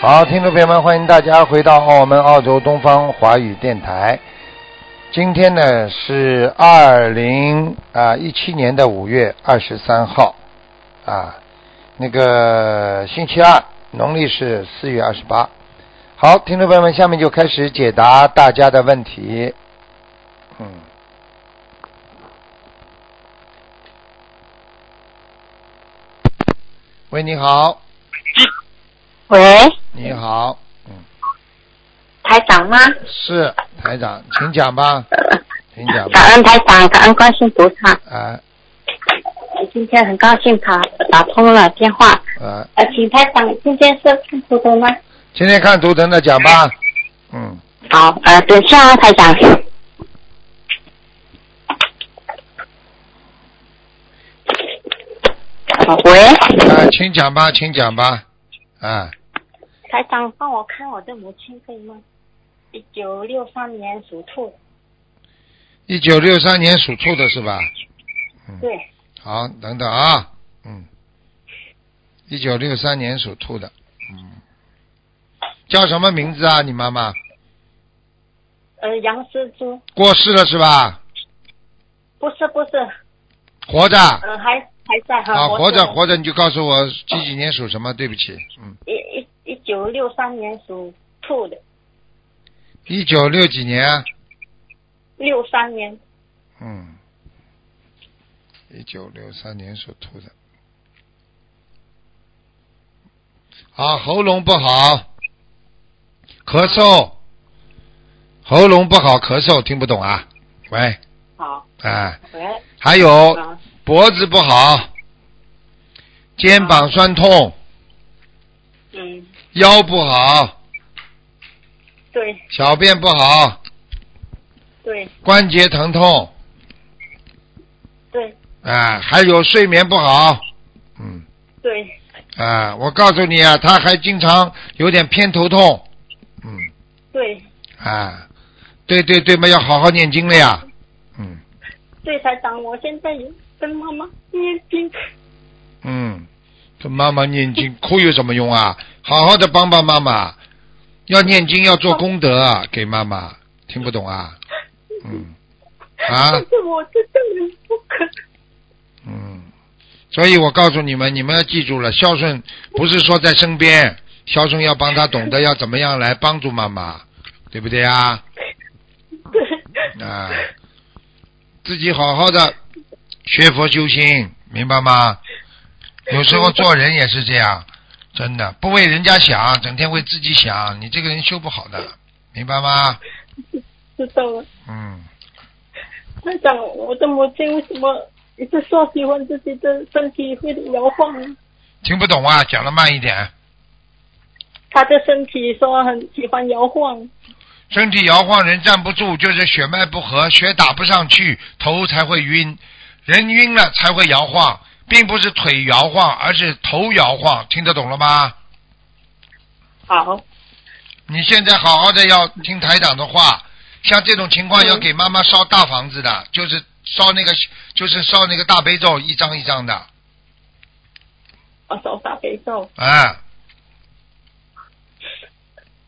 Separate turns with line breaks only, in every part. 好，听众朋友们，欢迎大家回到澳门澳洲东方华语电台。今天呢是二零啊一七年的五月二十三号啊，那个星期二，农历是四月二十八。好，听众朋友们，下面就开始解答大家的问题。嗯。喂，你好，
喂，
你好，嗯，
台长吗？
是台长，请讲吧，请讲吧
感，恩台长，感恩观世音菩萨。
啊
今天很高兴打打通了电话，
啊，
呃，请台长今天是看图的吗？
今天看图腾的讲吧，嗯，
好，呃，等一下啊，台长。好喂，
啊，请讲吧，请讲吧，啊，
台长，帮我看我的母亲可以吗？一九六三年属兔，
一九六三年属兔的是吧？嗯
对，
好，等等啊，嗯，一九六三年属兔的，嗯，叫什么名字啊？你妈妈
呃，杨思珠，
过世了是吧？
不是不是，
活着啊，
呃，还还在哈，
活着
呢
活着，你就告诉我几几年属什么？对不起，嗯，
一一一九六三年属兔的，
一九六几年啊？
六三年
嗯，一九六三年属兔的。啊，喉咙不好，咳嗽，喉咙不好，咳嗽，听不懂啊？喂，
好，
啊，
喂，
还有
啊，
脖子不好，肩膀酸
啊
痛，
嗯，
腰不好，
对
小便不好，
对
关节疼痛，
对
啊，还有睡眠不好，嗯。
对，
啊，我告诉你啊，他还经常有点偏头痛，嗯，
对
啊，对对对嘛，要好好念经了呀，嗯
对，台长，我现在也跟妈妈念经，
嗯，跟妈妈念经哭有什么用啊？好好的帮帮妈妈，要念经要做功德啊，给妈妈，听不懂啊？嗯啊
但是我真的很不可，
嗯，所以我告诉你们，你们要记住了，孝顺不是说在身边，孝顺要帮他懂得要怎么样来帮助妈妈，对不对啊？
对，
啊，自己好好的学佛修心，明白吗？有时候做人也是这样，真的不为人家想，整天为自己想，你这个人修不好的，明白吗？
知道了。
嗯，
台长，我的母亲为什么一直说喜欢自己的身体会摇晃呢？
听不懂啊，讲的慢一点。
她的身体说很喜欢摇晃，
身体摇晃，人站不住，就是血脉不和，血打不上去，头才会晕，人晕了才会摇晃，并不是腿摇晃，而是头摇晃，听得懂了吗？
好，
你现在好好的要听台长的话，像这种情况
嗯
要给妈妈烧大房子的，就是烧那个就是烧那个大悲咒一张一张的，
我手打肥皂。
啊，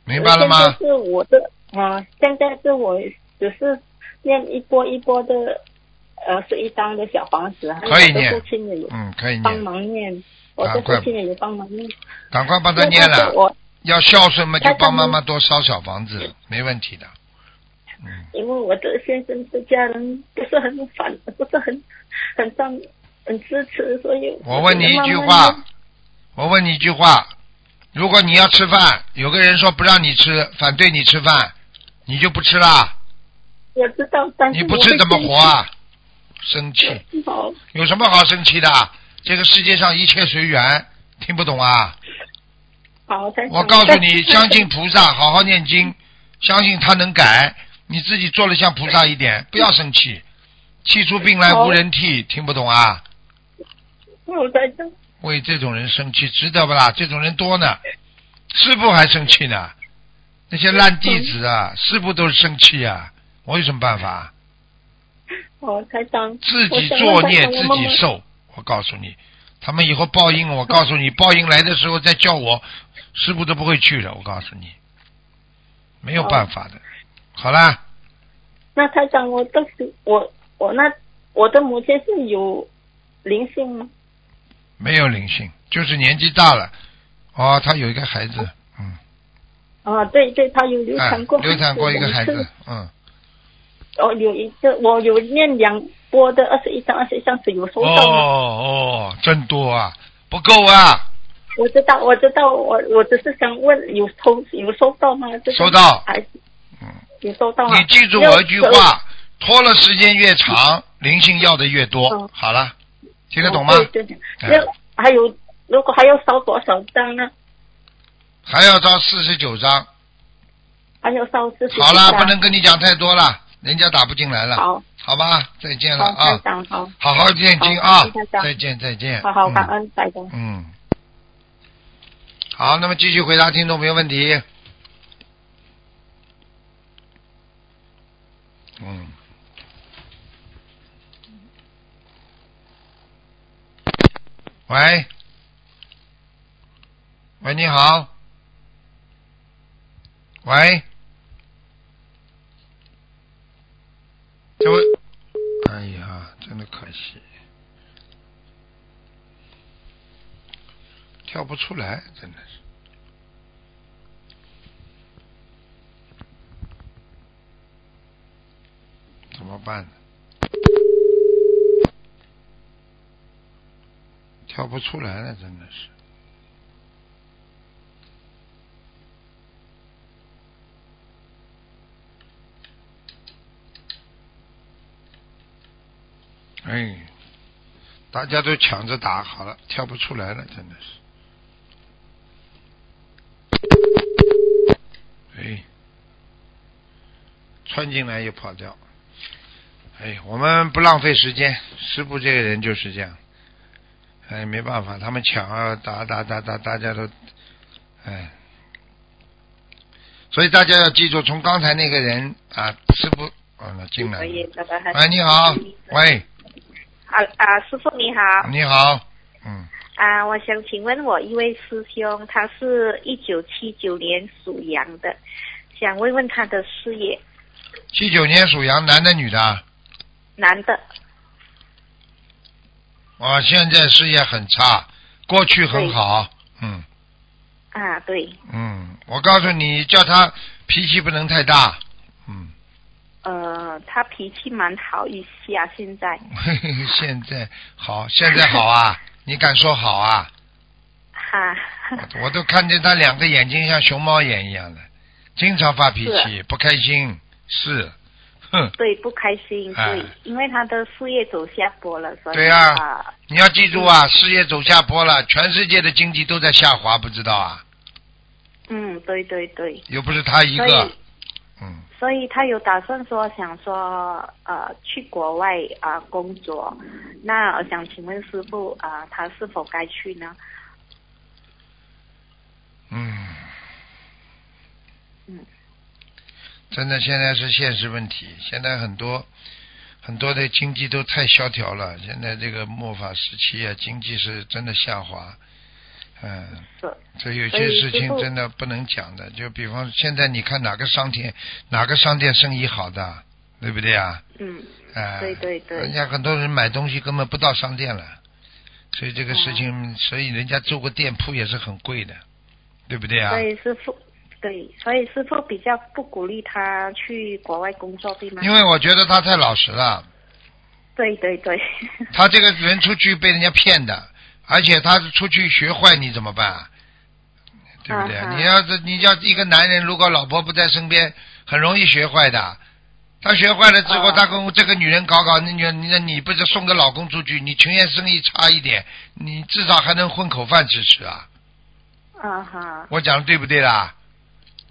明白了
现在
吗？
是我的啊，现在是我只是念一波一波的，呃，是一张的小房子，还有
可以
我的
念
父亲也有
嗯，可以
帮
念，
忙念，我
啊
的
怪
父
不
亲也有帮忙念。
赶快帮他念
因为他
了
说。我
要孝顺嘛，就
台长
帮妈妈多烧小房
嗯
子，没问题的。嗯
因为我的先生的家人不是很反，不是很很上，很支持，所以
我问你一句
慢慢
话，我问你一句话，如果你要吃饭，有个人说不让你吃，反对你吃饭，你就不吃啦？
念，我知道，但是
你不吃怎么活啊？生气。
我会坚持？好，
有什么好生气的？这个世界上一切随缘，听不懂啊？
好，台长
我告诉你，
但是
相信菩萨，好好念经，相信他能改。你自己做的像菩萨一点，不要生气，气出病来
好
无人替，听不懂啊？
我台长，
为这种人生气值得不啦？这种人多呢，师傅还生气呢，那些烂弟子啊，师傅都是生气啊，我有什么办法？
我哦台长，
自己
我想
作
问台
孽
长
自
我妈
己
妈
受。我告诉你，他们以后报应，我告诉你，报应来的时候再叫我，师傅都不会去了，我告诉你，没有办法的。好啦，
那台长，我的我我那我的母亲是有灵性吗？
没有灵性，就是年纪大了。哦，他有一个孩子，嗯，
啊，对对，她有流
哎
产过，，
流产过一个孩
有一
子
次。，
嗯，
哦，有一次我有念两波的二十一张、二十一张纸有收
哦
到吗？
哦，真多啊，不够啊，
我知道，我知道，我我只是想问，有收有收到吗？这个
收到
孩子
嗯，
有收到啊。
你记住
没有
我一句话，拖了时间越长，灵性要的越多
嗯。
好了，听得懂吗？
哦对对。
嗯
那还有，如果还要烧多少张呢？
还要到四十九章。
还要烧四十
好了，不能跟你讲太多了，人家打不进来了。
好，
好吧，再见了
好，台
啊，
长好，
好好念经啊
好谢谢台，长
再见再见。
好好感
嗯
恩台长。
嗯，好，那么继续回答听众朋友问题。嗯。喂，喂，你好，喂，这位，哎呀，真的可惜。跳不出来，真的是。怎么办呢？跳不出来了，真的是。哎，大家都抢着打，好了，跳不出来了，真的是。哎，穿进来又跑掉。哎，我们不浪费时间，师傅这个人就是这样。哎，没办法，他们抢啊，打打打打，大家都，哎。所以大家要记住，从刚才那个人啊，师傅，啊，那进来了。喂，哎你好，喂，
啊啊，师傅你好
你好，嗯，
啊，我想请问我一位师兄，他是一九七九年属羊的，想问问他的事业，
七九年属羊，男的女的啊？
男的，
我哦现在事业很差，过去很好，嗯
啊，对，
嗯，我告诉你，叫他脾气不能太大，嗯，
呃，他脾气蛮好一下，现在
嘿嘿嘿现在好，现在好 啊，你敢说好啊？
哈、
我我都看见他两个眼睛像熊猫眼一样的，经常发脾气，不开心，是，哼，
对，不开心，
哎
对，因为他的事业走下坡了，所以
对啊
啊
你要记住啊，事业走下坡了，全世界的经济都在下滑，不知道啊，
嗯，对对对，
又不是他一
所以
个，嗯，
所以他有打算说想说呃去国外啊、呃工作，那我想请问师傅啊、呃他是否该去呢？
嗯，
嗯
真的现在是现实问题，现在很多很多的经济都太萧条了，现在这个末法时期啊，经济是真的下滑，嗯，
是，
这有
所
些
以
事
师
情
父
真的不能讲的，就比方现在你看哪个商店哪个商店生意好的，对不对啊？
嗯，
哎、
对对对
人家很多人买东西根本不到商店了，所以这个事
啊
情，所以人家做个店铺也是很贵的，对不对啊？
所以师傅对，所以师傅比较不鼓励他去国外工作，对吗？
因为我觉得他太老实了，
对对对，
他这个人出去被人家骗的，而且他出去学坏，你怎么办、啊？对不对？
啊哈
你要是你要一个男人，如果老婆不在身边，很容易学坏的。他学坏了之后，
啊
他跟这个女人搞搞，那女那你不是送个老公出去？你情愿生意差一点，你至少还能混口饭吃吃啊！
啊哈，
我讲的对不对啦？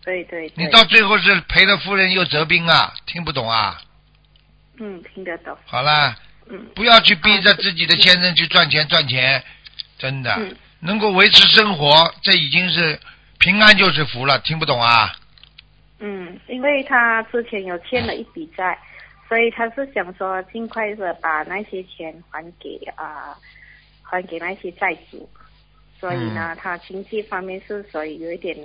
对对对，
你到最后是赔了夫人又折兵啊！听不懂啊？
嗯听得懂，
好啦，
嗯
不要去逼着自己的先生去赚钱赚钱，真的。
啊嗯，
能够维持生活，这已经是平安就是福了。听不懂啊？
嗯，因为他之前有欠了一笔债，所以他是想说尽快的把那些钱还给啊、还给那些债主。所以
嗯
呢，他经济方面是所以有一点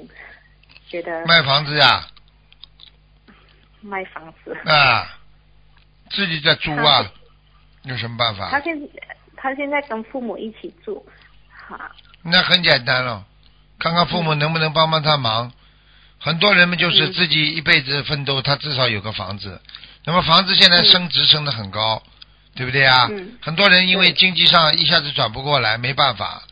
觉得
卖房子呀，
卖房子。
啊，自己在租啊，有什么办
他
法？
现他现在跟父母一起住，哈、
那很简单了，看看父母能不能帮帮他忙。很多人们就是
嗯
自己一辈子奋斗，他至少有个房子。那么房子现在升值升得很高，对不对啊？
嗯
很多人因为
对
经济上一下子转不过来，没办法，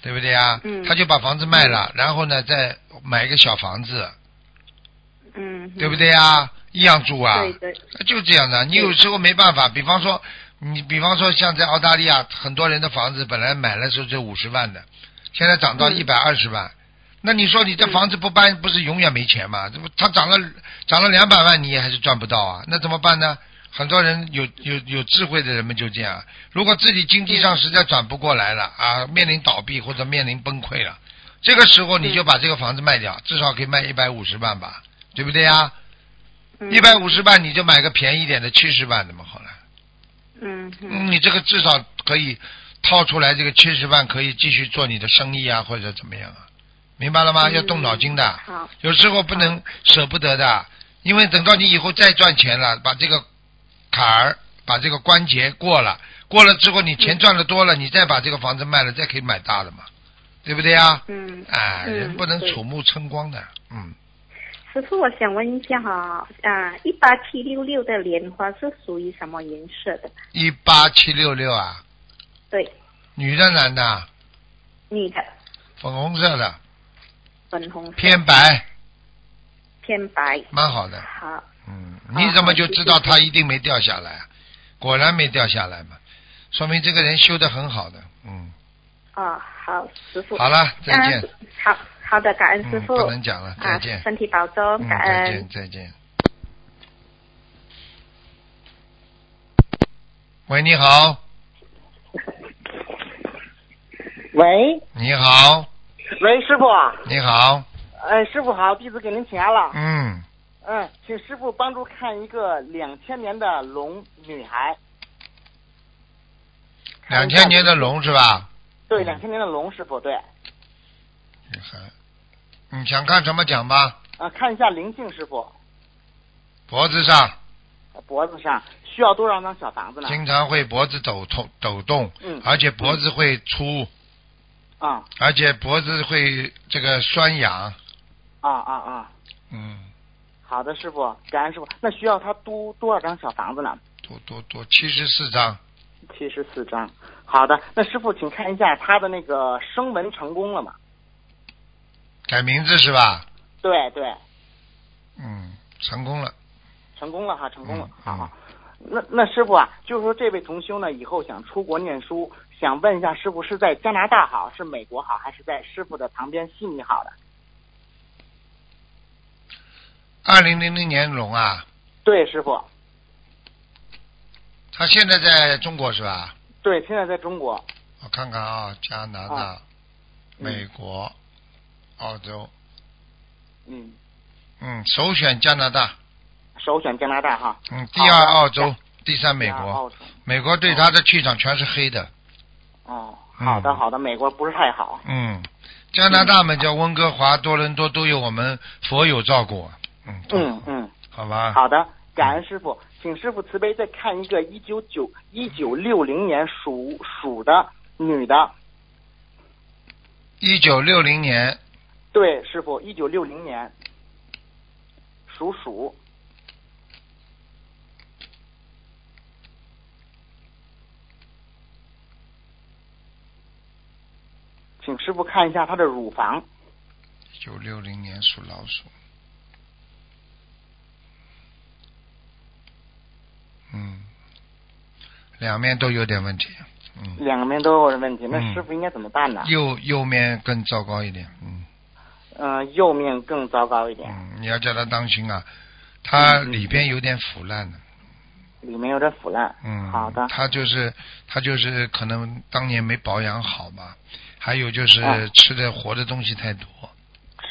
对不对啊？
嗯
他就把房子卖了，然后呢再买一个小房子，
嗯，
对不对呀？一样住啊，
对对，
就这样的。你有时候没办法，比方说，你比方说像在澳大利亚，很多人的房子本来买的时候就五十万的，现在涨到一
嗯
百二十万。那你说你这房子不搬，不是永远没钱吗？这不，它涨了涨了两百万，你也还是赚不到啊。那怎么办呢？很多人有有有智慧的人们就这样，如果自己经济上实在转不过来了啊，面临倒闭或者面临崩溃了，这个时候你就把这个房子卖掉，至少可以卖一百五十万吧，对不对呀？
嗯
一百五十万你就买个便宜一点的七十万的嘛，好了，
嗯嗯
嗯，你这个至少可以掏出来这个七十万，可以继续做你的生意啊，或者怎么样啊，明白了吗？
嗯
要动脑筋的，
好，
有时候不能舍不得的，因为等到你以后再赚钱了，把这个坎儿，把这个关节过了，过了之后你钱赚的多
嗯
了，你再把这个房子卖了，再可以买大的嘛，对不对啊？
嗯，
哎，
嗯
人不能
对
楚目称光的，嗯，
师傅，我想问一下哈，啊，一八七六六的莲花是属于什么颜色的？
一八七六六啊，
对，
女的男的啊，
你的
粉红色的。
粉红色
偏白，
偏白，
蛮好的。
好，
嗯，
好
你怎么就知道
好谢谢
他一定没掉下来啊？果然没掉下来嘛，说明这个人修的很好的。嗯，
哦，好，师傅，
好了，再见
嗯。好好的，感恩师
嗯，
傅，
不能讲了，再见
啊，。身体保重，
嗯，
感
再
恩。
见，再见。喂，你好，
喂
你好，
喂，师傅，啊
你好，
哎，师傅好，弟子给您请安了。
嗯，
嗯，请师傅帮助看一个两千年的龙女孩。
两千年的龙是吧？
对，两千年的龙，师傅对。
你看，你想看什么讲吧？
啊，看一下灵性，师傅
脖子上
脖子上需要多少张小房子呢？
经常会脖子抖痛抖动，
嗯
而且脖子会粗，
啊
而且脖子会这个酸痒，
啊啊啊！
嗯，
好的，师傅，感恩师傅。那需要他多多少张小房子呢？
多多多七十四张，
七十四张。好的，那师傅，请看一下他的那个声纹成功了吗？
改名字是吧？
对对，
嗯，成功了，
成功了哈，成功了，
嗯
好好。那那师傅啊，就是说这位同修呢，以后想出国念书，想问一下师傅是在加拿大好，是美国好，还是在师傅的旁边悉尼好的？
二零零零年龙啊，
对，师傅，
他现在在中国是吧？
对，现在在中国，
我看看啊，加拿大、
啊嗯
美国、澳洲，
嗯，
嗯，首选加拿大，
首选加拿大哈，
嗯，第二
好的
澳洲，第三美
第二
国，
澳洲，
美国对他的气场全是黑的，
哦，
嗯
好的好的，美国不是太好，
嗯，加拿大嘛叫温哥华、多伦多都有我们佛友照顾，嗯，啊
嗯嗯，
好吧，
好的，感恩师傅，请师傅慈悲再看一个一九九一九六零年属鼠的女的，
一九六零年。
对，师傅，一九六零年，属鼠。请师傅看一下他的乳房，
九六零年属老鼠。嗯，两面都有点问题。嗯，
两面都有问题，那
嗯
师傅应该怎么办呢？
右右面更糟糕一点。嗯
嗯、右面更糟糕一点，
嗯，你要叫他当心啊，他
嗯嗯
里边有点腐烂的。
里面有点腐烂。
嗯，
好的
他就是他就是可能当年没保养好吧，还有就是
啊
吃的活的东西太多。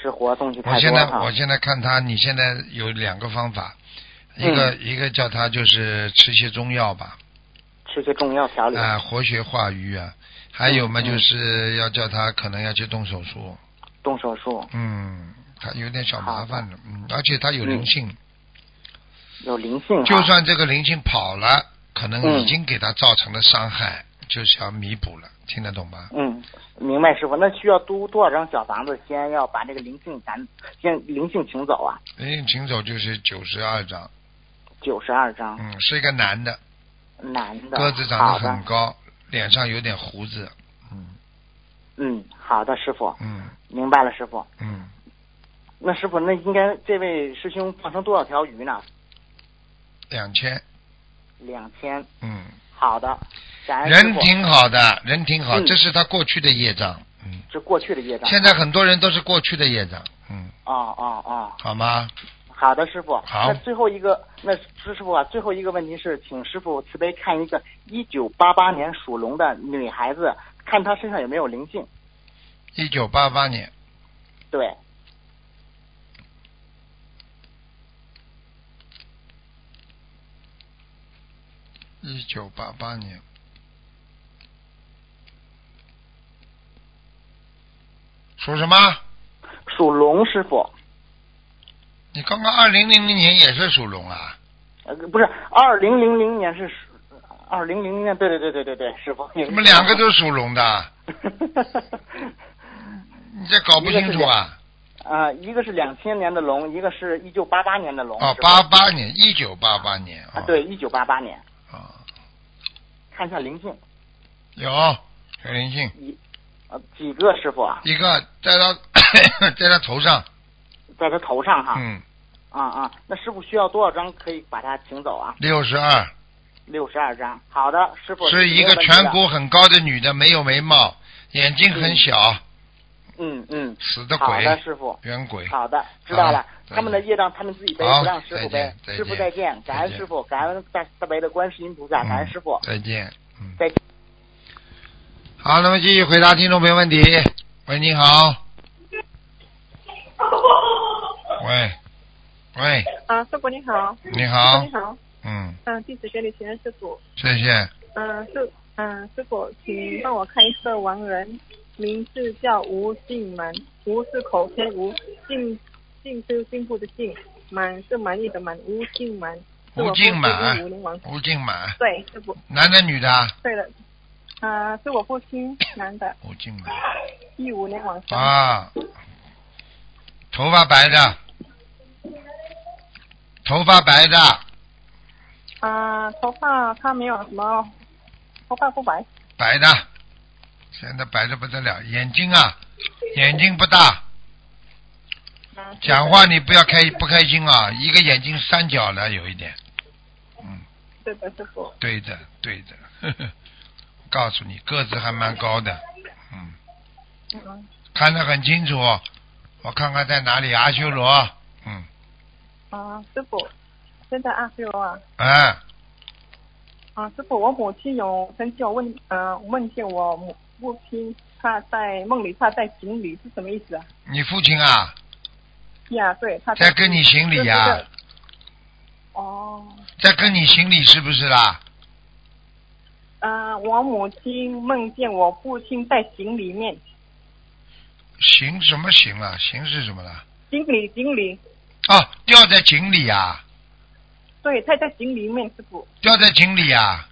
吃活东西
我
太
现
多
在
哈
我。现在看他，你现在
嗯
有两个方法，一个、一个叫他就是吃些中药吧，
吃些中药调理。
啊，活血化瘀啊，还有嘛，
嗯嗯
就是要叫他可能要去动手术，
动手术
嗯，他有点小麻
好的
烦了，嗯，而且他有灵
嗯
性，
有灵性哈，
就算这个灵性跑了，可能已
嗯
经给他造成了伤害，就是要弥补了，听得懂吗？
嗯，明白师傅。那需要租多少张小房子，先要把这个灵性咱先灵性请走啊？
灵性哎请走就是九十二张，
九十二张，
嗯，是一个男的，
男的，
个子长
好
得
的
很高，脸上有点胡子，嗯
嗯，好的，师傅，
嗯
明白了，师傅。
嗯，
那师傅，那应该这位师兄放生多少条鱼呢？
两千，
两千。
嗯，
好的，感恩哎师
人
傅。
挺好的，人挺好，
嗯
这是他过去的业障，嗯，
这过去的业障。
现在很多人都是过去的业障，嗯，
哦哦哦，
好吗？
好的，师傅。
好
那最后一个，那师傅啊，最后一个问题是，请师傅慈悲看一个一九八八年属龙的女孩子，看她身上有没有灵性。
一九八八年，
对，
一九八八年，属什么？
属龙，师傅。
你刚刚二零零零年也是属龙啊？
呃，不是，二零零零年是属，二零零零年，对对对对对对，师傅。你
你们两个。都属龙的，你这搞不清楚啊？
啊，一个是两千年的龙，一个是一九八八年的龙。
哦，
师傅
八八年，一九八八年哦
啊，对，一九八八年，
啊，
看一下灵性，
有有灵性，
一呃几个师傅啊，
一个在他在他 头上，
在他头上哈，
嗯，
啊啊，那师傅需要多少张可以把他请走啊？
六十二，
六十二张，好的，师傅
是一个
没有问题的
颧骨很高的女的，没有眉毛，眼睛很小，
嗯嗯，
死的
好的
鬼，
师傅，
冤鬼。
好的，知道了
好。
他们的业障他们自己背，
好
不让师傅背
再见。再见
师傅再见，
再
感恩
见
师傅，感恩大慈悲的观世音菩萨，感恩
嗯
师傅。
再见。嗯。
再见
好，那么继续回答听众朋友问题。喂，你好。喂，喂，
啊，师傅你好，
你
师傅
好
你。好，
嗯，
嗯，弟子给你请问师傅，
谢谢。
嗯，师，嗯，师傅，请帮我看一个亡人，名字叫吴进满，吴是口天吴，进进是进步的进，满是满意的满，吴进满，是
吴
我
敬
父
满
亲吴林王，
吴敬满，
对，师傅，
男的女的啊？
对了，啊，是我父亲，男的，
吴敬满
一五年往生，
啊，头发白的，头发白的，
啊，头发他没有什么，头发不白，
白的，现在白的不得了，眼睛啊，眼睛不大，
啊，
讲话你不要开不开心啊，一个眼睛三角了有一点，嗯，
对的，师傅，
对的对的， 呵呵告诉你个子还蛮高的，嗯，
嗯，
看得很清楚，我看看在哪里，阿修罗，嗯，
啊，师傅，现在阿修罗啊。
哎，
啊，师傅，我母亲有曾经有问，呃，问见我母母亲，她在梦里，她在井里是什么意思啊？
你父亲啊
呀，对，她
在跟你行礼啊呀、
就是哦，
在跟你行礼是不是啦？
呃，我母亲梦见我父亲在井里面，
行什么行啊？行是什么啦？
井里井里，
哦，掉在井里啊，
对，她在井里面，师傅
掉在井里啊，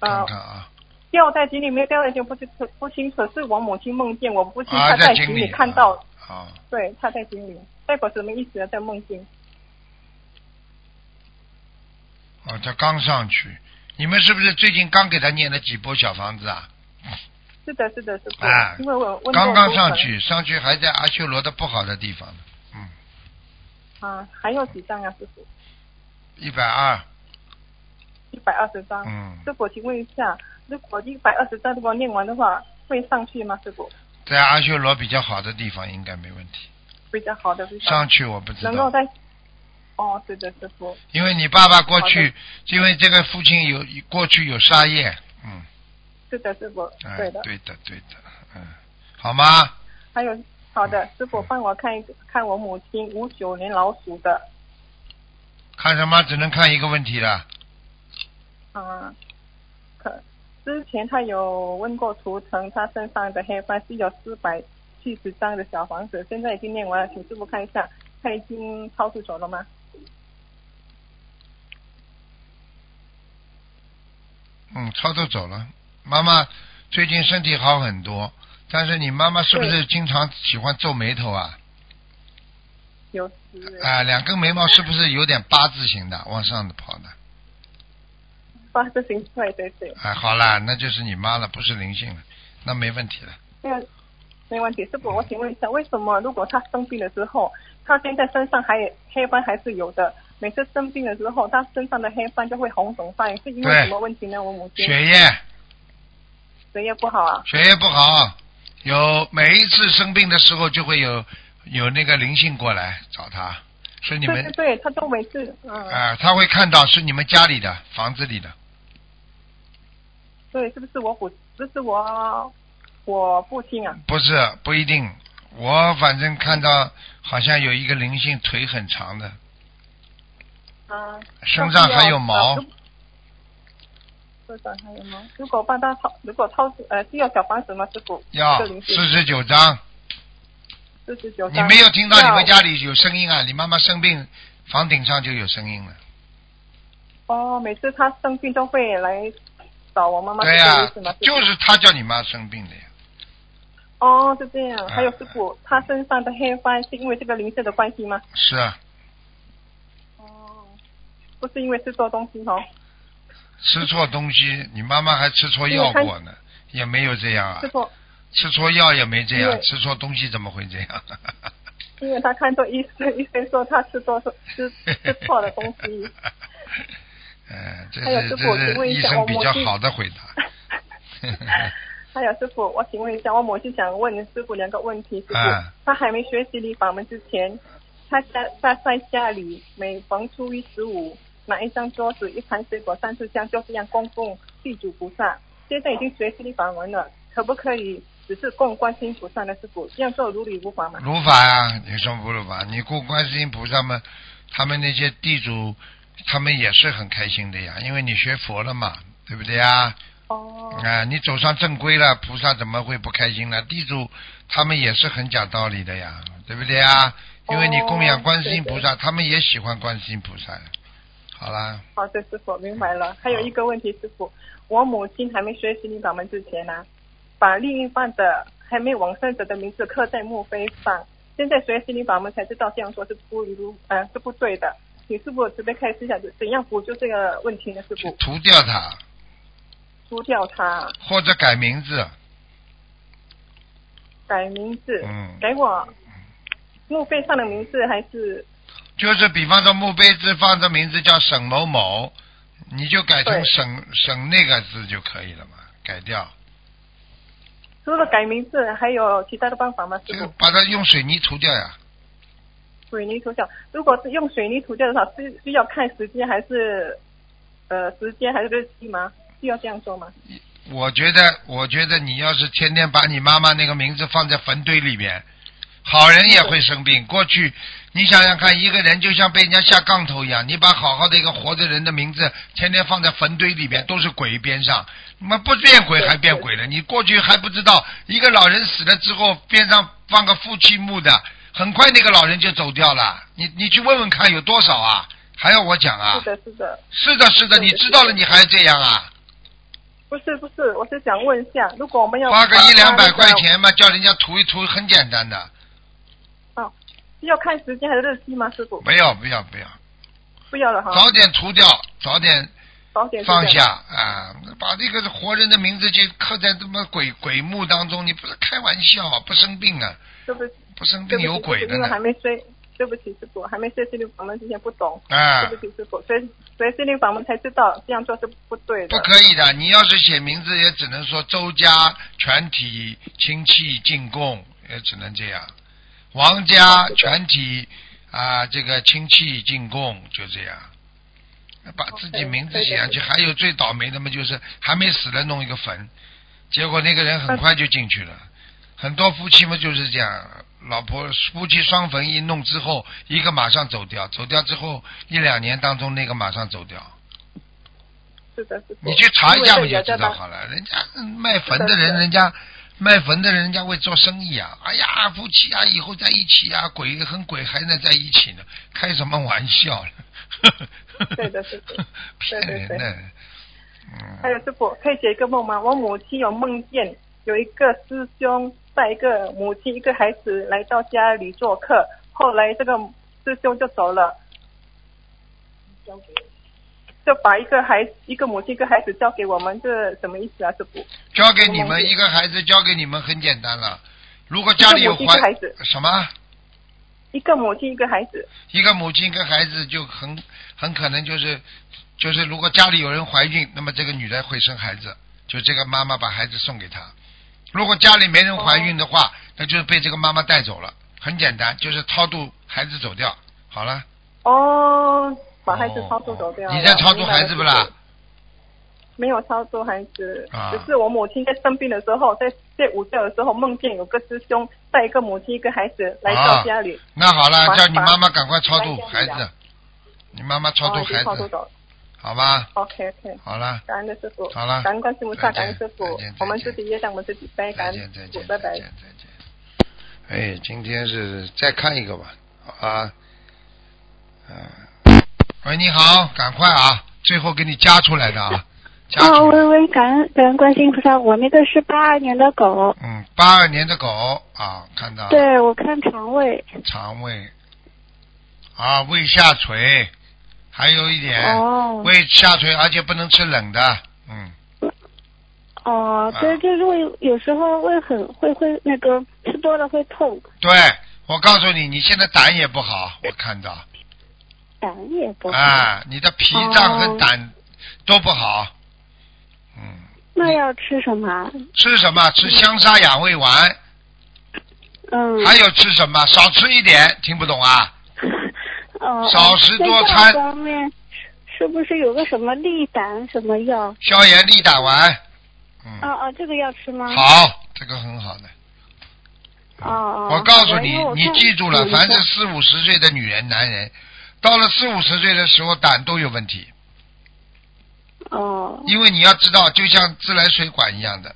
我
呃
看看啊，
掉在井里面，掉在井不清楚不清楚，是我母亲梦见我父亲
啊
他在
井
井
里
里看到，
啊，
对，他在井里，代表什么意思啊？在梦境
哦，他刚上去。你们是不是最近刚给他念了几波小房子啊？
是的，是的，师傅，
啊
因为我问过
刚刚
多
上
少
去，上去还在阿修罗的不好的地方，嗯，
啊，还有几张啊，师傅？
一百二，
一百二十张。
嗯，
师傅，请问一下，如果一百二十张如果念完的话，会上去吗？师傅，
在阿修罗比较好的地方应该没问题。
比较好的地方，
上去我不知
能
道，
够在哦，对的，师傅，
因为你爸爸过去，因为这个父亲有过去有杀业，嗯，
是的，师傅，
哎
对的。
对的，对的，嗯，好吗？
还有，好的，
嗯
师傅帮我看一个，看我母亲五九年老鼠的，
看什么？只能看一个问题了，
啊、可之前他有问过图腾，他身上的黑斑是有四百七十张的小房子，现在已经念完了，请师傅看一下，他已经超度走了吗？
嗯，超度走了。妈妈最近身体好很多，但是你妈妈是不是经常喜欢皱眉头啊？
有时
啊，两根眉毛是不是有点八字形的，往上的跑的？
八字形，对对对，
哎，好啦，那就是你妈了，不是灵性了，那没问题了。
没有没问题。师傅，我请问一下，为什么如果他生病了之后，他现在身上还有黑斑还是有的？每次生病了之后，他身上的黑斑就会红肿上来，是因为
对
什么问题呢？我母亲
血液，
学业不好啊，
血液不好，有每一次生病的时候就会有有那个灵性过来找他，是你
对对
们
对，他都每次嗯，
啊、他会看到是你们家里的房子里的，
对，是不是我不，就是我我不听啊？
不是不一定。我反正看到好像有一个灵性腿很长的，
啊，
身上还有毛
呃。身上还有毛。如果帮他掏，如果掏呃需要小房子吗？师傅，
要四十九张。
四十九。
你没有听到你们家里有声音啊？你妈妈生病，房顶上就有声音了。
哦，每次他生病都会来找我妈妈，
对
是这
呀、
个意思吗？师傅
就是他叫你妈生病的呀。
哦，是这样。
啊
还有师傅，他身上的黑斑是因为这个灵性的关系吗？
是啊，
哦，不是因为吃错东西哦，
吃错东西，你妈妈还吃错药过呢，也没有这样啊
师。傅，
吃错药也没这
因
样，
为
吃错东西怎么会这样？
因为他看到医生，医生说他吃多吃 吃错了东 西。。
嗯，这
还有
是
师
这
傅我请
是
问一
医
下
生
我
比
母
较
亲
好的 回答。
还哎有师傅，我请问一下，我母亲想问师傅两个问题。师傅，
啊
她还没学习理法门之前，她家她在家里每逢初一十五，拿一张桌子、一盘水果、三炷香，就这样供奉地主菩萨。现在已经学习理法门了，可不可以只是供观世音菩萨呢？师傅，这样做如理如法吗？
如法呀、啊，有什么不如法？你供观世音菩萨们，他们那些地主，他们也是很开心的呀，因为你学佛了嘛，对不对呀？
哦，
啊，你走上正规了，菩萨怎么会不开心呢？地主他们也是很讲道理的呀，对不对呀？因为你供养
哦
观世音
对
菩
对
萨，他们也喜欢观世音菩萨呀。好啦，
好的，师傅明白了。还有一个问题，师傅，我母亲还没学习灵法门之前呢、把另一半的还没往生者的名字刻在墓碑上。现在学习灵法门才知道这样做是不如呃是不对的。你师傅慈悲开示一下，怎样补救这个问题呢？师
就
傅，
涂掉它，
除掉他，
或者改名字。
改名字，
嗯
改我墓碑上的名字还是
就是比方说墓碑只放这名字叫沈某某，你就改成
对
沈沈那个字就可以了嘛，改掉。
除了改名字还有其他的办法吗？师
就
傅
是，把它用水泥涂掉呀，
水泥涂掉，如果是用水泥涂掉的话，是需要看时间还是呃时间还是日期吗？需要这样说吗？
我觉得，我觉得你要是天天把你妈妈那个名字放在坟堆里边，好人也会生病。过去你想想看，一个人就像被人家下杠头一样，你把好好的一个活着人的名字天天放在坟堆里边，都是鬼边上，你们不变鬼还变鬼了。你过去还不知道，一个老人死了之后，边上放个夫妻墓的，很快那个老人就走掉了。你你去问问看有多少啊？还要我讲啊
是？的，是的，
是的，是的，你知道了你还这样啊？
不是不是，我是想问一下，如果我们要
花个
把它
一两百
那个
块，钱嘛，叫人家涂一涂，很简单的。
需要看时哦间还是日期吗？师傅，
不要不要不要，
不要了哈，
早点涂掉，早点
早点
放
是的
下。啊！把这个活人的名字就刻在这么鬼鬼墓当中，你不是开玩笑啊？不生病啊？
对不起，
不生
对
病
不起，
有鬼
对不起
的
因为还
呢？
没睡。对不起，师傅，还没学习六法门之前不懂。
啊
对，不起，师傅，所以所以心灵法门才知道这样做是不对的。
不可以的。你要是写名字，也只能说周家全体亲戚进贡，也只能这样。王家全体啊，这个亲戚进贡，就这样。把自己名字写上去，还有最倒霉的嘛，就是还没死了弄一个坟，结果那个人很快就进去了。很多夫妻嘛就是这样，老婆夫妻双坟一弄之后，一个马上走掉，走掉之后一两年当中那个马上走掉，
是的，师傅。
你去查一下
因
不
为
就
在
知
家
道
大
好了。人家嗯卖坟的
是
人，
的
人家卖坟的人，人家会做生意啊。哎呀，夫妻啊，以后在一起啊，鬼和鬼还能在一起呢，开什么玩笑呢？
对的是的
骗
对
人
对对
的。
还有师傅，可以解一个梦吗？我母亲有梦见有一个师兄带一个母亲一个孩子来到家里做客，后来这个师兄就走了，就把一个孩一个母亲一个孩子交给我们，这什么意思啊，师傅？
交给你们
嗯
一个孩子，交给你们很简单了。如果家里有
一个母亲一
怀
个孩子
什么，
一个母亲一个孩子，
一个母亲跟孩子就很很可能就是就是，如果家里有人怀孕，那么这个女的会生孩子，就这个妈妈把孩子送给她。如果家里没人怀孕的话，
哦
那就是被这个妈妈带走了。很简单，就是超度孩子走掉，好了。
哦，把孩子超度走掉了、
你在超度孩子不
明白了
啦
师？父？没有超度孩子，
啊
只是我母亲在生病的时候，在在午觉的时候梦见有个师兄带一个母亲一个孩子来
啊
到家里。
那好了，
把
叫你
把
妈妈赶快超
把
度
孩子
孩
养
子，你妈妈超度
哦已经
啊孩
超度
子，
走了。
好吧？
OK OK，
好了，
感恩的师傅，
好了
感恩观世音菩
再
萨，
见
感恩师傅
再见再见，
我们自己业障我们自己背，感
再见
恩
再
师
见
傅，
再
拜
见
拜
再。见。哎，今天是再看一个吧，好啊。嗯、喂，你好，赶快啊，最后给你加出来的 啊，加
啊，
出
微
来。
微感恩感恩观世音菩萨，我那个是八二年的狗，
嗯，八二年的狗啊，看到
对我看肠胃，
肠胃啊，胃下垂，还有一点、
哦
胃下垂，而且不能吃冷的，嗯，
哦，对，
啊
就是胃有时候胃很会会那个吃多了会痛，
对，我告诉你，你现在胆也不好，我看到，
胆也不好。
啊，你的脾脏和
哦
胆都不好，嗯，
那要吃什么啊？
吃什么？吃香砂养胃丸，
嗯，
还有吃什么？少吃一点，听不懂啊？
哦，
少吃多餐
那药方面是不是有个什么利胆什么药？
消炎利胆丸，
哦
嗯，
哦，这个要吃吗？
好，这个很好的。
哦哦，
我告
好
诉
的
你
因为我，
你
看
记住了，
嗯
凡是四五十岁的女人、男人，到了四五十岁的时候，胆都有问题。
哦
因为你要知道，就像自来水管一样的，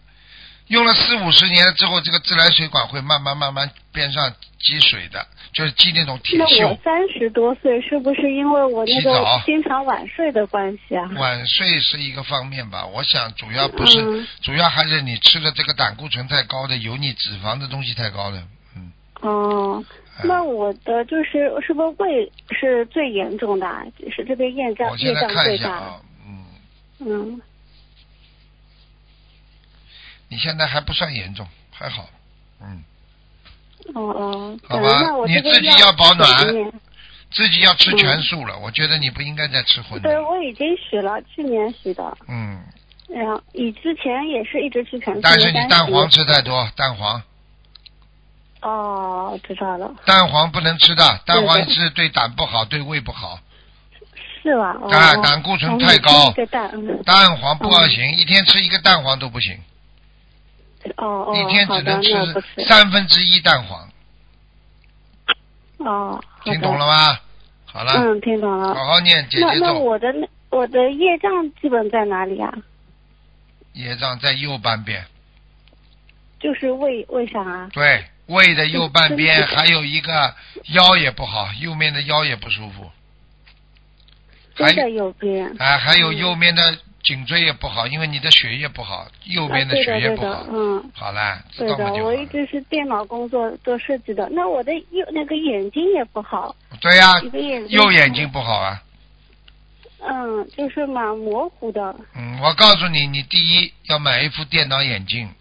用了四五十年了之后，这个自来水管会慢慢慢慢变上积水的，就是积那种铁
那我
锈。
三十多岁，是不是因为我那
洗澡
个经常晚睡的关系啊？
晚睡是一个方面吧，我想主要不是，
嗯
主要还是你吃的这个胆固醇太高的、油腻脂肪的东西太高了。嗯，
哦，
哎
那我的就是是不是胃是最严重的啊？就是这边业障
我现
业
在
障
看一
最
下
大。
啊，嗯，
嗯，
你现在还不算严重，还好，嗯，
哦哦，
好
嗯
吧
那我
你
这边
自己要保暖
许愿
自己要吃全素了，我觉得你不应该再吃荤
嗯对，
的。
我已经许了，去年许的，
嗯，
然后以之前也是一直吃全素。
但是你蛋黄
吃。
吃太多，蛋黄。
哦，知道了，
蛋黄不能吃的，蛋黄
对对
是对胆不好，对胃不好。
是吧？哦，
啊胆固醇
哦
太高
一个蛋，嗯
蛋黄不二行，一天吃一个蛋黄都不行，
哦哦，
一天
好
只
的，
能
那我不
吃
吃。
三分之一蛋黄，
哦，好的
听懂了吗？好了，
嗯，听懂了。
好好念姐
那
姐
那
咒，
我的那我的业障基本在哪里啊？
业障在右半边，
就是胃胃上啊。
对，胃的右半边
身体
还有一个腰也不好，右面的腰也不舒服，还
真的有病。
啊，还有右面的颈椎也不好，因为你的血液不好，右边
啊、对
血
的
液
对
不好
的，。嗯，
好啦，知
对
道吗？
的，
就好
我一
了。
直是电脑工作做设计的。那我的右那个眼睛也不好，
对呀、
一个眼睛
啊右眼睛，不好啊。
嗯，就是蛮模糊的。
嗯，我告诉你，你第一要买一副电脑眼镜，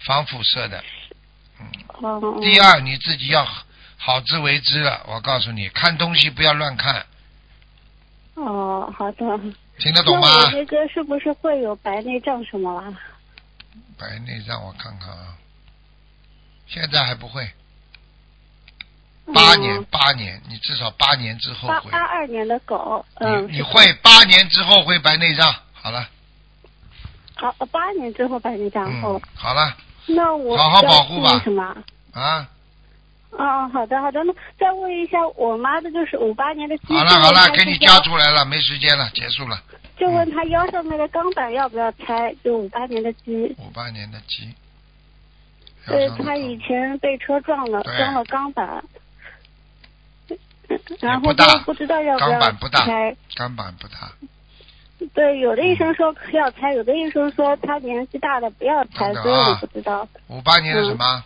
防辐射的。嗯
哦、
第二，你自己要好自为之了。我告诉你，看东西不要乱看，
哦，好的。
听得懂吗？
那我这个是不是会有白内障什么啊？
白内障，哎我看看啊，现在还不会，八年，
嗯
八年，你至少八年之后
八
会
八，二年的狗，嗯，
你你会八年之后会白内障。好了，嗯
啊，哦八年之后白内障，哦
嗯，，好了
那我
好好
要
保护吧
注意什么啊？
啊，
哦，好的好的，那再问一下我妈的，就是五八年的鸡。
好了好了，
她
给你
是要
加出来了，没时间了，结束了。
就问她腰上面的钢板要不要拆，就五八年的鸡。
五八年的鸡，腰上
对
的
她
头
以前被车撞了，
对
撞了钢板，嗯然
不
后就
大
不知道要
钢
要
板不大
拆。
钢板不大，
对，有的医生说要拆，有的医生说他年纪大了不要拆，
真的啊
所以我不知道。
五八年的什么？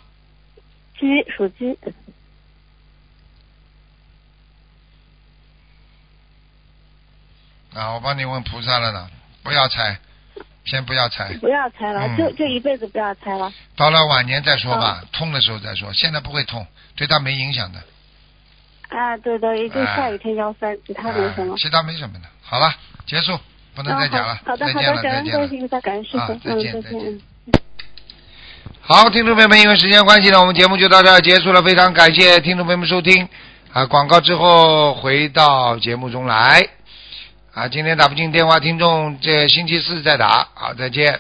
鸡属鸡，嗯
啊，我帮你问菩萨了呢，不要拆，先不要拆，
不要拆了，
嗯
就就一辈子不要拆了。
到了晚年再说吧，痛的时候再说，现在不会痛，对他没影响的，
啊，对的，也就
哎
下雨天腰酸，其他没什么
啊。其他没什么的。好了，结束，不能再讲了
啊，好好的
再
好
见
的，
了，
感
再
恩
见
关
了。
心，感恩师
啊
傅，
再
嗯，
见
再
再见
见。
好，听众朋友们，因为时间关系呢，我们节目就到这儿结束了。非常感谢听众朋友们收听啊！广告之后回到节目中来啊！今天打不进电话，听众这星期四再打。好，再见。